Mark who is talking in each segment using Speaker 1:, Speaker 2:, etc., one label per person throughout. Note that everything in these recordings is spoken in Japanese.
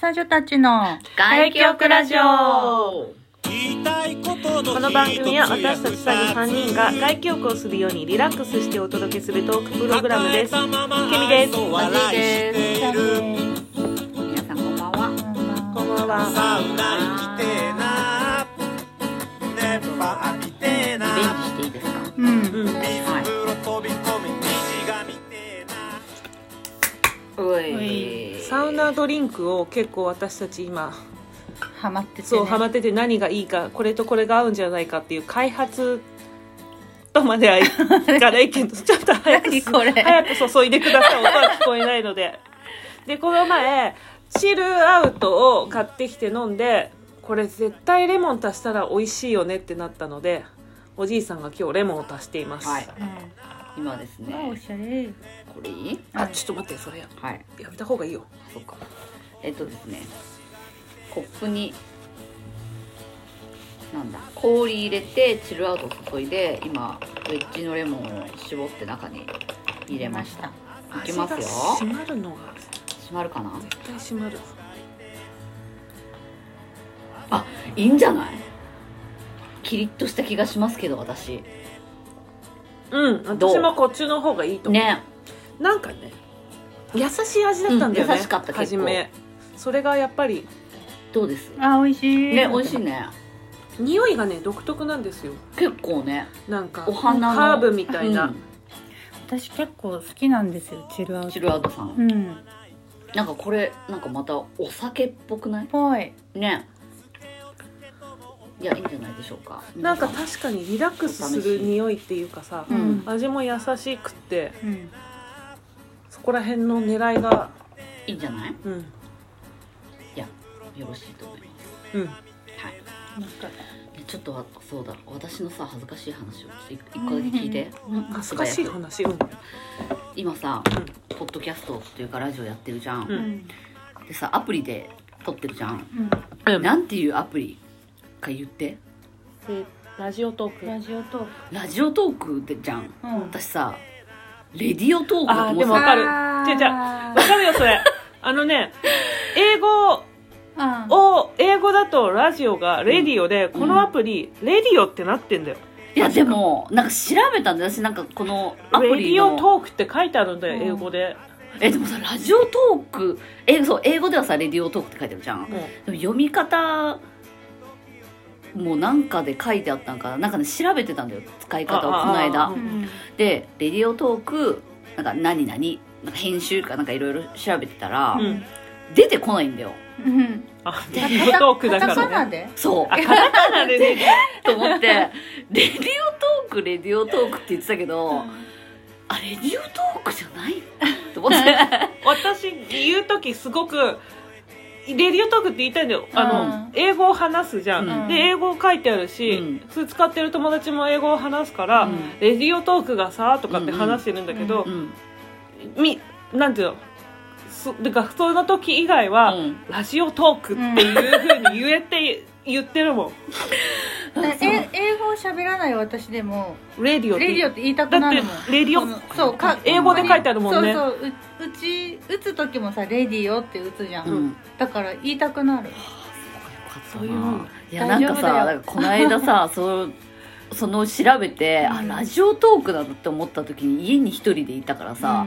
Speaker 1: サジョたちの
Speaker 2: 外記憶ラジオ
Speaker 3: この番組は私たちサグ3人が外記憶をするようにリラックスしてお届けするトークプログラムです。ケミです。こ
Speaker 2: マジです
Speaker 1: サジです
Speaker 2: 皆さんこんばんは
Speaker 1: こ
Speaker 3: んばんは。
Speaker 4: サウナ行きてえな熱波飽きてえな
Speaker 2: ベンチしていいですか
Speaker 1: んばんは
Speaker 3: うん。
Speaker 4: 水風呂飛び込み虹が見てえな
Speaker 2: う
Speaker 1: う
Speaker 2: い
Speaker 3: サウナドリンクを結構私たち今、
Speaker 1: ハマってて、ね、
Speaker 3: そう、ハマってて何がいいか、これとこれが合うんじゃないかっていう開発と まではいかないけど、ちょっと早く
Speaker 1: 何、これ
Speaker 3: 早く注いでください。音は聞こえないので。で、この前、チルアウトを買ってきて飲んで、これ絶対レモン足したら美味しいよねってなったので、おじいさんが今日レモンを足しています。
Speaker 2: はい
Speaker 1: うん
Speaker 2: 今です
Speaker 1: まあお
Speaker 2: ね
Speaker 1: しゃれ
Speaker 2: これいい
Speaker 3: あ、ちょっと待って、それや
Speaker 2: はい
Speaker 3: やめた方がいいよ。
Speaker 2: そっかえっとですねコップになんだ氷入れてチルアウト注いで今ウェッジのレモンを絞って中に入れましたいきますよ
Speaker 3: 味が閉まるのが、
Speaker 2: 閉まるかな
Speaker 3: 絶対閉まる。
Speaker 2: あいいんじゃないキリッとした気がしますけど私
Speaker 3: うん、
Speaker 2: どう
Speaker 3: 私もこっちの方がいいと思う。
Speaker 2: ね
Speaker 3: なんかね優しい味だったんだよね、
Speaker 2: うん優しかった
Speaker 3: 初めそれがやっぱり
Speaker 2: どうですね
Speaker 1: あ美味しい
Speaker 2: 美味しいね
Speaker 3: 匂いがね独特なんですよ
Speaker 2: 結構ね
Speaker 3: なんか
Speaker 2: お花の
Speaker 3: ハーブみたいな、
Speaker 1: 私結構好きなんですよチルア
Speaker 2: うん
Speaker 1: ウ
Speaker 2: チ
Speaker 1: ト
Speaker 2: ルアウトさん、
Speaker 1: うん
Speaker 2: なんかこれなんかまたお酒っぽくない
Speaker 1: ぽい
Speaker 2: ねいやいいんじゃないでしょうか
Speaker 3: なんか確かにリラックスする匂いっていうかさ
Speaker 2: う、ん
Speaker 3: 味も優しくって
Speaker 1: うん
Speaker 3: そこら辺の狙いが
Speaker 2: いいんじゃない
Speaker 3: うん
Speaker 2: よろしいと思います
Speaker 3: うん
Speaker 2: はい
Speaker 1: なんか
Speaker 2: ねちょっとはそうだ私のさ恥ずかしい話をちょっと一一個だけ聞いて
Speaker 3: 恥ずかしい話うん
Speaker 2: 今さ、
Speaker 3: う
Speaker 2: ポッドキャストっていうかラジオやってるじゃん、
Speaker 1: う
Speaker 3: うん
Speaker 2: でさアプリで撮ってるじゃん、
Speaker 1: うん
Speaker 2: なんていうアプリか言って
Speaker 3: ラジオトーク
Speaker 1: ラジオトーク
Speaker 2: ラジオトークでじゃん
Speaker 1: うん
Speaker 2: 私さレディオトークだと
Speaker 3: あー
Speaker 2: 思
Speaker 3: で
Speaker 2: って
Speaker 3: もわ
Speaker 2: た
Speaker 3: かるじゃあじ
Speaker 1: ゃ
Speaker 3: わかるよそれあのね英語
Speaker 1: あうん
Speaker 3: を英語だとラジオがレディオで、
Speaker 2: うん
Speaker 3: このアプリ、レディオってなってんだよ
Speaker 2: いやでもなんか調べたんだよ私なんかこのア
Speaker 3: レ
Speaker 2: プ
Speaker 3: デ
Speaker 2: リ
Speaker 3: ィオ
Speaker 2: の
Speaker 3: トークって書いてあるんだよ、
Speaker 1: うん
Speaker 3: 英語で。
Speaker 2: えでもさラジオトークえそう英語ではさレディオトークって書いてあるじゃんでも読み方もなんかで書いてあったんかななんかね調べてたんだよ使い方をこの
Speaker 3: あああ
Speaker 2: 間
Speaker 3: あ
Speaker 2: でレディオトークなんか何々なんか編集かなんかいろいろ調べてたら、
Speaker 3: うん。
Speaker 2: 出てこないんだよ
Speaker 1: うん
Speaker 3: あ、レディオトークだか
Speaker 1: カタカ
Speaker 3: ら
Speaker 1: ナ
Speaker 3: ね。
Speaker 1: で
Speaker 2: そう
Speaker 3: あ、カタカナでね。
Speaker 2: と思って、レディオトーク、レディオトークって言ってたけど、あ、レディオトークじゃないと思って。
Speaker 3: 私、言うときすごく、レディオトークって言いたいんだよ。あの
Speaker 1: うん、
Speaker 3: 英語を話すじゃ
Speaker 2: うん
Speaker 3: ん。で、英語を書いてある
Speaker 2: う
Speaker 3: し
Speaker 2: ん、
Speaker 3: それ使ってる友達も英語を話すから
Speaker 2: うん、
Speaker 3: レディオトークがさ、とかって話してるんだけど
Speaker 2: う、ん。
Speaker 3: み、なんていうのそ、で学生の時以外は
Speaker 2: うん、
Speaker 3: ラジオトークっていうふうに言えて、言ってるも
Speaker 1: だえ英語を喋らない私でも
Speaker 3: ん。レディオ
Speaker 1: レディオって言いたく
Speaker 3: だっ
Speaker 1: な
Speaker 3: て
Speaker 1: るもん、
Speaker 3: レディ
Speaker 1: そ
Speaker 3: オ
Speaker 1: のそうか
Speaker 3: 英語で書いてあるもんね
Speaker 1: そうそうううち打つ時もさ「レディオ」って打つじゃん、
Speaker 2: うん
Speaker 1: だから言いたくなる
Speaker 3: そういうもんだ
Speaker 2: いや、なんか
Speaker 1: 大丈夫だ
Speaker 2: さ、
Speaker 1: よ
Speaker 2: なんかこの 間さ、そう、その調べて、あ、
Speaker 1: うん
Speaker 2: ラジオトークだなって思った時に家に一人でいたからさ、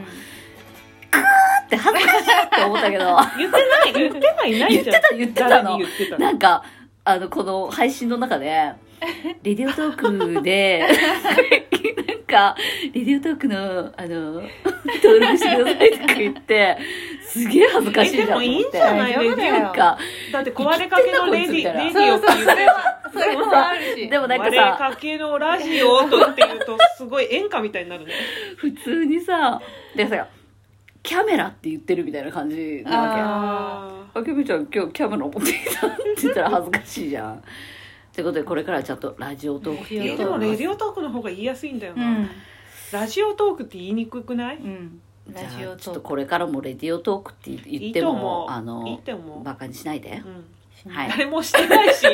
Speaker 2: って恥ずかしいって思った けど、
Speaker 3: 言ってない言ってはいないじゃん
Speaker 2: 言ってた言ってたの
Speaker 3: 誰に言ってたの
Speaker 2: なんか、あの、この配信の中で、レディオトークで、なんか、レディオトークの、あの、登録してくださいとか言って、すげえ恥ずかしいじゃんと思って。
Speaker 3: えでもいいんじゃ
Speaker 1: ないレディオ
Speaker 2: なんか、
Speaker 3: だって壊れかけのレディ
Speaker 2: 生きてんなこい
Speaker 3: レ
Speaker 2: つ
Speaker 3: ディ
Speaker 1: そ
Speaker 3: オ
Speaker 1: うそうそ
Speaker 3: って言う
Speaker 1: れはそれもあるし
Speaker 2: でもなん
Speaker 3: 壊
Speaker 2: か
Speaker 3: れ
Speaker 2: さ、
Speaker 3: かけのラジオとって言うとすごい演歌みたいになるね
Speaker 2: 普通にさ、でさ、キャメラって言ってるみたいな感じなわ
Speaker 1: あ
Speaker 2: け。あ
Speaker 3: あ
Speaker 2: けみちゃん今日キャメラ持ってきたって言ったら恥ずかしいじゃん。ってことでこれからはちゃんとラジオトークって
Speaker 3: ーい
Speaker 2: 言
Speaker 3: や
Speaker 2: う
Speaker 3: で
Speaker 2: と
Speaker 3: も
Speaker 2: 思い
Speaker 3: レ
Speaker 2: ます
Speaker 3: ディオトークの方が言いやすいんだよ
Speaker 1: う
Speaker 3: な、
Speaker 1: ん、
Speaker 3: ラジオトークって言いにくくない
Speaker 1: うん、ラ
Speaker 2: じ
Speaker 1: ジ
Speaker 2: ゃ
Speaker 1: オ
Speaker 2: あち
Speaker 1: ト
Speaker 2: ょっ
Speaker 1: ーク
Speaker 2: とこれからもレディオトークって言って
Speaker 3: いいと思
Speaker 2: も
Speaker 3: う
Speaker 2: あ
Speaker 3: いい
Speaker 2: の
Speaker 3: と思う
Speaker 2: バカにしないで
Speaker 3: う、ん
Speaker 2: は い
Speaker 3: 誰もしてないし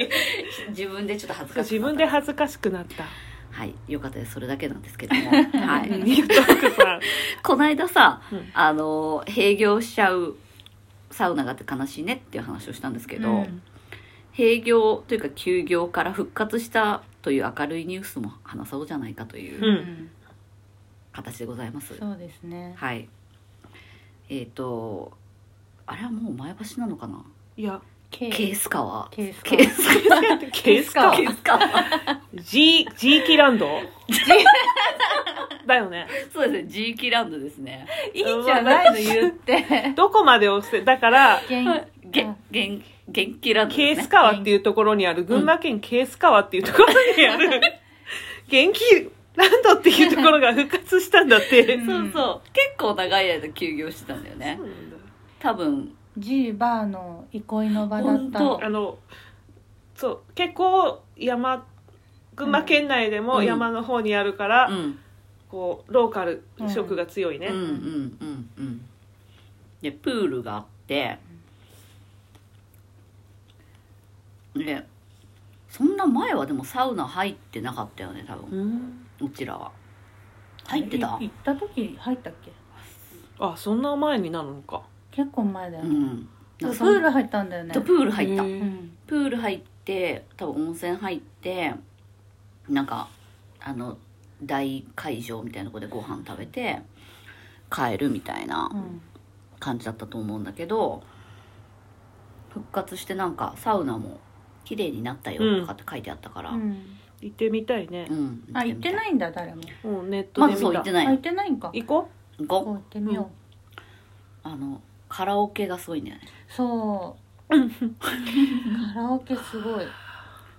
Speaker 2: 自分でちょっと恥ずかしい
Speaker 3: 自分で恥ずかしくな った
Speaker 2: はいよかったですそれだけなんですけどもは
Speaker 3: レデ
Speaker 2: い
Speaker 3: ィオトークさん
Speaker 2: この間さ、
Speaker 3: うん
Speaker 2: あの閉業しちゃうサウナがあって悲しいねっていう話をしたんですけど、
Speaker 1: うん
Speaker 2: 閉業というか休業から復活したという明るいニュースも話そうじゃないかという
Speaker 3: う
Speaker 1: うんん
Speaker 2: 形でございます。
Speaker 1: そうですね
Speaker 2: はい。えっ、と、あれはもう前橋なのかな。
Speaker 3: いや
Speaker 1: ケ
Speaker 2: ケース川。
Speaker 1: ケース
Speaker 2: ケース川。
Speaker 3: ケースか
Speaker 2: ケース川。
Speaker 3: G, G キランドだよね
Speaker 2: そうですね。ジーキランドですね。
Speaker 1: いいじゃないの言って
Speaker 3: どこまでをせだから
Speaker 1: 元
Speaker 2: げ、げん、元気ランド
Speaker 3: ケ
Speaker 2: で
Speaker 3: ー
Speaker 2: す
Speaker 3: ス
Speaker 2: ね。
Speaker 3: 川っていうところにある群馬県ケース川っていうところにある元気ランドっていうところが復活したんだって、
Speaker 1: うん
Speaker 2: そうそう。結構長い間休業してたんだよね。多分。
Speaker 1: G バーの憩いの場だったの
Speaker 2: 本
Speaker 3: あのそう結構山群馬県内でも
Speaker 2: うん
Speaker 3: 山の方にあるから、
Speaker 2: うん。
Speaker 3: こうローカル色が強いね、
Speaker 2: うんうんうんうん。で、プールがあって。で、そんな前はでもサウナ入ってなかったよね、多分。
Speaker 3: うん
Speaker 2: うちらは。入ってた
Speaker 1: あれ行った時入ったっけ
Speaker 3: あそんな前になるのか
Speaker 1: 結構前だよ
Speaker 2: う
Speaker 1: ね
Speaker 2: ん。
Speaker 1: プ
Speaker 2: なんかそ
Speaker 1: ー
Speaker 2: ん
Speaker 1: ル入ったんだよね
Speaker 2: とプール入った
Speaker 3: へ。
Speaker 1: う
Speaker 3: ー
Speaker 1: ん
Speaker 2: プール入って、多分温泉入って、なんか、あの、大会場みたいなとこでご飯食べて、帰るみたいな
Speaker 1: うん
Speaker 2: 感じだったと思うんだけど、復活してなんかサウナも綺麗になったよとかって書いてあったから、
Speaker 1: う
Speaker 2: うん。
Speaker 1: ん
Speaker 3: 行ってみたいね、
Speaker 1: あ行ってないいんだ誰も
Speaker 3: もうネット
Speaker 2: ま
Speaker 3: で
Speaker 2: ず
Speaker 3: 見
Speaker 2: そ
Speaker 3: た、
Speaker 2: う行って
Speaker 1: あ
Speaker 2: な
Speaker 1: 行っ
Speaker 2: い。
Speaker 1: てないんか
Speaker 3: 行こ
Speaker 2: 行
Speaker 1: そう
Speaker 2: こ
Speaker 1: 行ってみよう、
Speaker 3: うん
Speaker 2: うあの、カラオケがすごいんだよね。
Speaker 1: そうカラオケすごい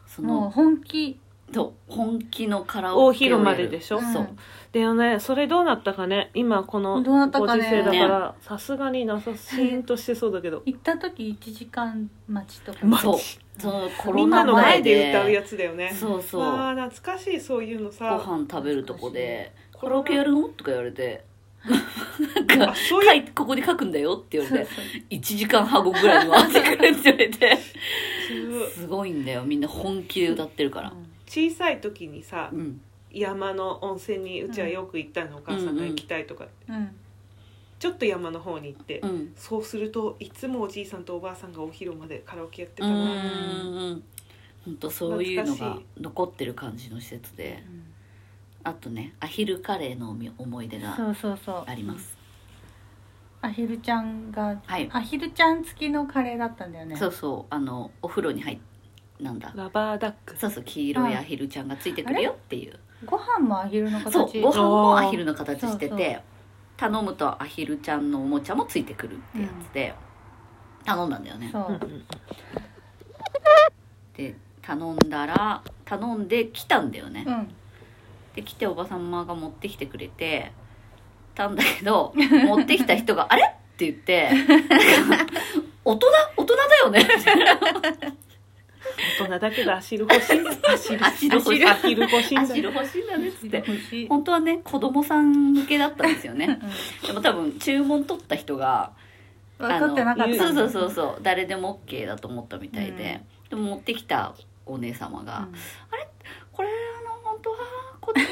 Speaker 2: そ
Speaker 1: もう
Speaker 2: の、
Speaker 1: 本気
Speaker 2: と本気のカラオケを
Speaker 3: 大広間ででしょ、
Speaker 1: うん
Speaker 2: そう
Speaker 3: でよねそれどうなったかね今この
Speaker 1: どうなった
Speaker 3: ご
Speaker 1: か
Speaker 3: 時
Speaker 1: ね
Speaker 3: 世だからさすがになさしーんとしてそうだけど
Speaker 1: 行った時1時間待ちとか
Speaker 3: ま
Speaker 2: そうそのコ
Speaker 3: み
Speaker 2: ロ
Speaker 3: んな
Speaker 2: ナ
Speaker 3: の
Speaker 2: 前
Speaker 3: 前
Speaker 2: で
Speaker 3: で歌うやつだよね
Speaker 2: そうそう
Speaker 3: あー懐かしいそういうの
Speaker 2: ご
Speaker 3: さ
Speaker 2: 飯食べるとこで「
Speaker 3: 懐かしい
Speaker 2: カラオケやるの?」とか言われ て「なんか
Speaker 3: あそういう
Speaker 2: 書いてここに書くんだよ」って言わ
Speaker 1: そう
Speaker 2: れて
Speaker 1: そう
Speaker 2: 1時間半後ぐらいに回ってくるって言われて
Speaker 3: そう
Speaker 2: すごいんだよみんな本気で歌ってるから
Speaker 3: 小さい時にさ
Speaker 2: うん
Speaker 3: 山の温泉にうちはよく行ったの、お母さんが行きたいとか、
Speaker 1: うん
Speaker 3: ちょっと山の方に行って、
Speaker 2: うん
Speaker 3: そうするといつもおじいさんとおばあさんがお昼までカラオケやって
Speaker 2: う
Speaker 3: たな、
Speaker 2: ん本当そういうのが
Speaker 3: 懐かしい
Speaker 2: 残ってる感じの施設で
Speaker 1: うん
Speaker 2: あとねアヒルカレーの思い出が
Speaker 1: そうそうそう
Speaker 2: あります
Speaker 1: アヒルちゃんが
Speaker 2: はい
Speaker 1: アヒルちゃん付きのカレーだったんだよね
Speaker 2: そうそうあのお風呂に入っなんだ
Speaker 3: ラバーダック
Speaker 2: そうそう黄色いアヒルちゃんがついてくるよっていう
Speaker 1: ご飯もアヒルの形
Speaker 2: そうご飯もアヒルの形してて頼むとアヒルちゃんのおもちゃもついてくるってやつで、頼んだんだよね
Speaker 1: そう
Speaker 3: うんうん
Speaker 2: で頼んだら頼んで来たんだよね、
Speaker 1: うん
Speaker 2: で来ておばさまが持ってきてくれてたんだ けど持ってきた人が「あれ?」って言って「大人大人だよね」 みたいな
Speaker 3: 大人だけどアシル 欲しいんだアシル
Speaker 2: アシル欲しい
Speaker 3: アシル欲しいんだ
Speaker 2: アシル欲しいんだね」っつって
Speaker 1: 欲しい
Speaker 2: 本当はね子供さん向けだったんですよね
Speaker 1: うん
Speaker 2: でも多分注文取った人が
Speaker 1: 分かってなかった
Speaker 2: あのそうそう
Speaker 1: う
Speaker 2: そうそう誰でも OK だと思ったみたいで、でも持ってきたお姉様が「
Speaker 1: ん
Speaker 2: これあの本当はこれ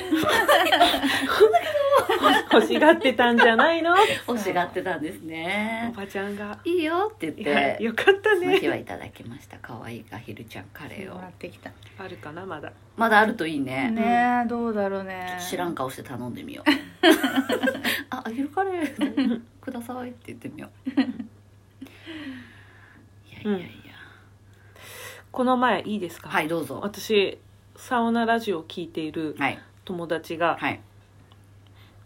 Speaker 3: 欲しがってたんじゃないの
Speaker 2: 欲しがってたんです
Speaker 3: お
Speaker 2: ね
Speaker 3: ばちゃんが
Speaker 2: いいよ」って
Speaker 3: い
Speaker 2: 言っ
Speaker 3: や
Speaker 2: て
Speaker 3: よかった
Speaker 2: その日
Speaker 3: ね
Speaker 2: はいただきました可愛いアヒルちゃんカレー
Speaker 1: も
Speaker 2: を
Speaker 1: らってきた
Speaker 3: あるかなまだ
Speaker 2: まだあるといいね
Speaker 1: ねえどうだろうね
Speaker 2: 知らん顔して頼んでみようあアヒルカレーくださいって言ってみよういやいやいや、
Speaker 3: この前いいですか
Speaker 2: はいどうぞ
Speaker 3: 私サウナラジオを聞いている
Speaker 2: はい
Speaker 3: 友達が
Speaker 2: はい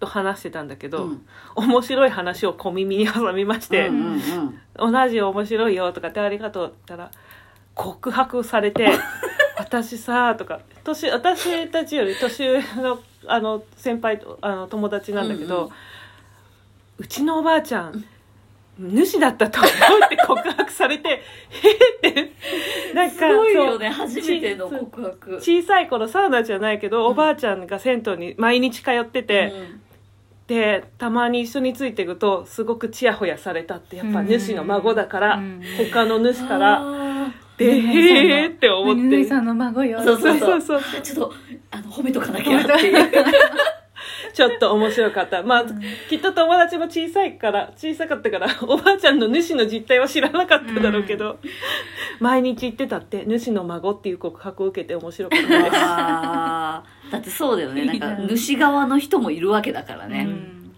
Speaker 3: と話してたんだけど、
Speaker 2: うん
Speaker 3: 面白い話を小耳に挟みまして、
Speaker 2: うんうんうん
Speaker 3: 同じ面白いよとかってありがとうって言ったら告白され て私さとか年私たちより年上のあの先輩とあの友達なんだけど、
Speaker 2: うん
Speaker 3: う
Speaker 2: うん
Speaker 3: ちのおばあちゃん主だったと思うって告白されて えってなんか
Speaker 2: すごいよね
Speaker 3: そう
Speaker 2: 初めての告白
Speaker 3: 小さい頃サウナじゃないけど、おばあちゃんが銭湯に毎日通ってて、でたまに一緒についていくとすごくちやほやされたってやっぱ主の孫だから、
Speaker 1: うん
Speaker 3: 他の
Speaker 2: うん
Speaker 3: 主から
Speaker 2: あ
Speaker 3: 「でへーって思っ
Speaker 1: ぬい
Speaker 3: て
Speaker 1: さんの孫よ
Speaker 2: そう
Speaker 3: そうそうそう
Speaker 2: ーちょっとあの褒めとかなきゃっていう
Speaker 3: ちょっと面白かった。まあ、きっと友達も小さいから、小さかったから、おばあちゃんの主の実態は知らなかっただろうけど、毎日言ってたって、主の孫っていう告白を受けて面白かったです。
Speaker 2: あーだってそうだよねなんか
Speaker 1: うん
Speaker 2: 主側の人もいるわけだから
Speaker 1: う
Speaker 2: ね、
Speaker 1: ん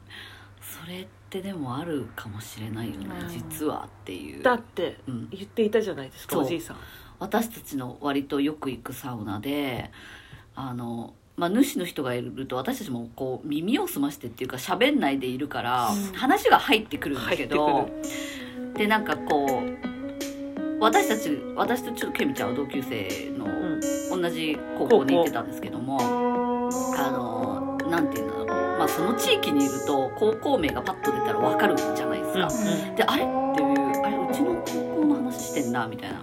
Speaker 2: それってでもあるかもしれないよね、
Speaker 1: うん
Speaker 2: 実はっていう
Speaker 3: だって
Speaker 2: うん、
Speaker 3: 言っていたじゃないですか、
Speaker 2: そう
Speaker 3: おじいさん。
Speaker 2: 私たちの割とよく行くサウナであの、まあ、主の人がいると私たちもこう耳を澄ましてっていうか喋んないでいるから
Speaker 3: うん
Speaker 2: 話が入ってくるんだけ
Speaker 3: 入っ
Speaker 2: どでなんかこう私たち私とちょっとケミちゃんは同級生の
Speaker 3: ん
Speaker 2: 同じ高校
Speaker 3: 高校
Speaker 2: に行ってたんですけどもあのなんていうんだろう、まあ、その地域にいると高校名がパッと出たら分かるじゃないですか。
Speaker 3: う
Speaker 2: であれっていうあれうちの高校の話してんなみたいな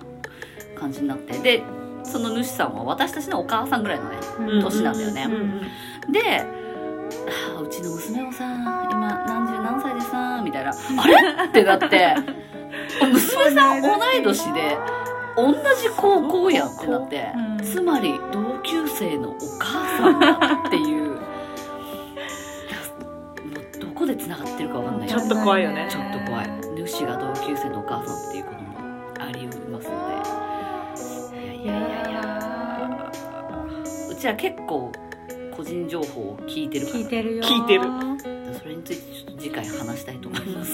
Speaker 2: 感じになってでその主さんは私たちのお母さんぐらいのね
Speaker 1: うん
Speaker 2: 年なんだよね、
Speaker 3: うんうん
Speaker 2: であー「うちの娘もさ今何十何歳でさ」みたいな「あれ?」ってなって娘さん同い年で同じ高校やんってなって、
Speaker 1: うん
Speaker 2: つまり同級生のお母さんだっていういやもうどこでつながってるかわかんない
Speaker 3: ちょっと怖いよね
Speaker 2: ちょっと怖い主が同級生のお母さんっていうこともあり得ますのでいやい
Speaker 1: いや
Speaker 2: や
Speaker 1: いやい
Speaker 2: いやいや
Speaker 1: や
Speaker 2: うちら結構個人情報を聞いてるから
Speaker 1: 聞いてるよ
Speaker 3: 聞いてる
Speaker 2: それについてちょっと次回話したいと思います、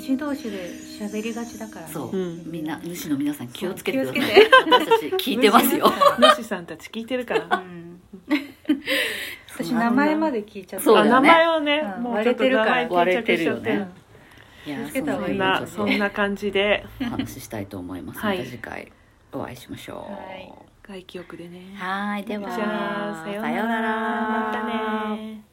Speaker 1: 主同士で喋りがちだからね
Speaker 2: そ
Speaker 3: う
Speaker 2: う、
Speaker 3: ん
Speaker 2: みんな主の皆さん気をつけてください
Speaker 1: 気をつけて
Speaker 2: 私たち聞いてま すよ
Speaker 3: 主さんたち聞いてるか
Speaker 1: う
Speaker 3: ら。
Speaker 1: ん私名前まで聞いちゃった
Speaker 2: そう
Speaker 3: あ
Speaker 2: だよ
Speaker 3: 名
Speaker 2: ね
Speaker 3: 前をね、
Speaker 1: うん
Speaker 3: もうちょっと名前
Speaker 2: 割れ
Speaker 3: 定
Speaker 2: て
Speaker 3: 着し
Speaker 2: る
Speaker 3: ちゃ
Speaker 2: よ
Speaker 3: ってる
Speaker 2: ね。いや
Speaker 1: 気をつけた方が
Speaker 3: そ
Speaker 1: い
Speaker 3: ん
Speaker 1: い
Speaker 3: な、
Speaker 1: よ
Speaker 2: そ
Speaker 3: そ
Speaker 2: んなん
Speaker 3: な感じで、
Speaker 2: お話ししたいと思いますので、
Speaker 3: はい
Speaker 2: 次回お会いしましょ
Speaker 1: はいう
Speaker 3: 外記憶でね。
Speaker 2: はいでは
Speaker 3: じゃあ、さよう
Speaker 2: さ
Speaker 3: な
Speaker 2: ような
Speaker 3: ら。
Speaker 2: ら
Speaker 3: またね。